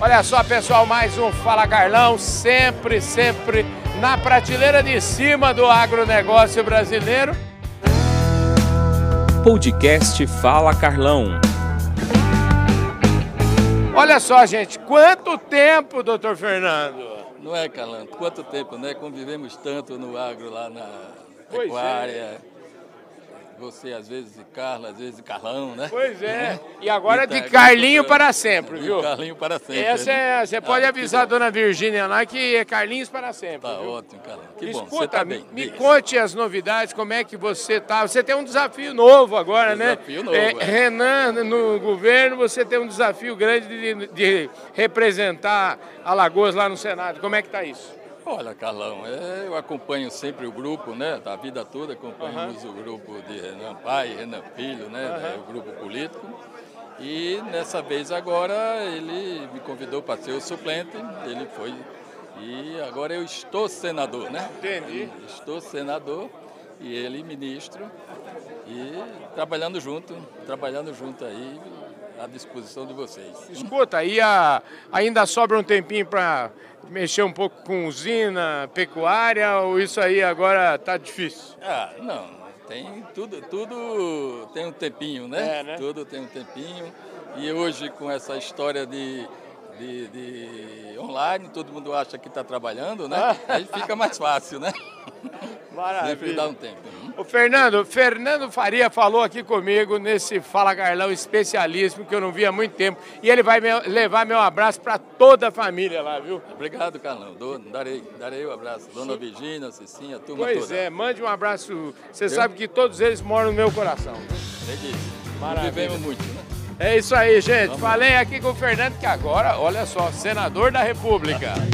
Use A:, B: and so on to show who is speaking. A: Olha só, pessoal, mais um Fala Carlão, sempre, sempre na prateleira de cima do agronegócio brasileiro.
B: Podcast Fala Carlão.
A: Olha só, gente, quanto tempo, doutor Fernando?
C: Não é, Calanto? Quanto tempo, né? Convivemos tanto no agro lá na
A: Pois é.
C: pecuária. Você, às vezes, de Carla, às vezes, de Carlão, né?
A: Pois é.
C: Né?
A: E agora de
C: tá-
A: Carlinho para sempre,
C: De
A: viu?
C: Carlinho para sempre.
A: Essa é, você pode
C: Ah,
A: avisar a
C: que bom.
A: dona Virgínia lá que é Carlinhos para sempre.
C: Tá
A: viu?
C: ótimo, Carlão. Que bom,
A: Escuta,
C: você tá bem.
A: me
C: Diz.
A: conte as novidades, como é que você tá. Você tem um desafio novo agora, né?
C: Desafio novo,
A: É,
C: é.
A: Renan, no governo, você tem um desafio grande de, de representar Alagoas lá no Senado. Como é que tá isso?
C: Olha, Carlão, é, eu acompanho sempre o grupo, né? A vida toda acompanhamos o grupo de Renan Pai, Renan Filho, né? é, O grupo político. E nessa vez agora ele me convidou para ser o suplente, ele foi. E agora eu estou senador, né?
A: Entendi.
C: Estou senador e ele ministro. E trabalhando junto, trabalhando junto aí à disposição de vocês.
A: Escuta, aí a- ainda sobra um tempinho para mexer um pouco com usina, pecuária, ou isso aí agora tá difícil?
C: Ah, não. Tem tudo, tudo tem um tempinho, né?
A: É, né?
C: Tudo tem um tempinho. E hoje com essa história de, de, de online, todo mundo acha que está trabalhando, né? Aí fica mais fácil, né? Sempre dá um tempo.
A: O Fernando, Fernando Faria falou aqui comigo nesse Fala Carlão especialíssimo que eu não via há muito tempo. E ele vai me- levar meu abraço para toda a família lá, viu?
C: Obrigado, Carlão. Dou- darei, darei o abraço. Dona Virgínia, Cicinha, turma
A: Pois
C: toda.
A: é, mande um abraço. Você sabe que todos eles moram no meu coração. Maravilha.
C: Maravilha. Vivemos muito, né?
A: É isso aí, gente. Falei aqui com o Fernando que agora, olha só, senador da República.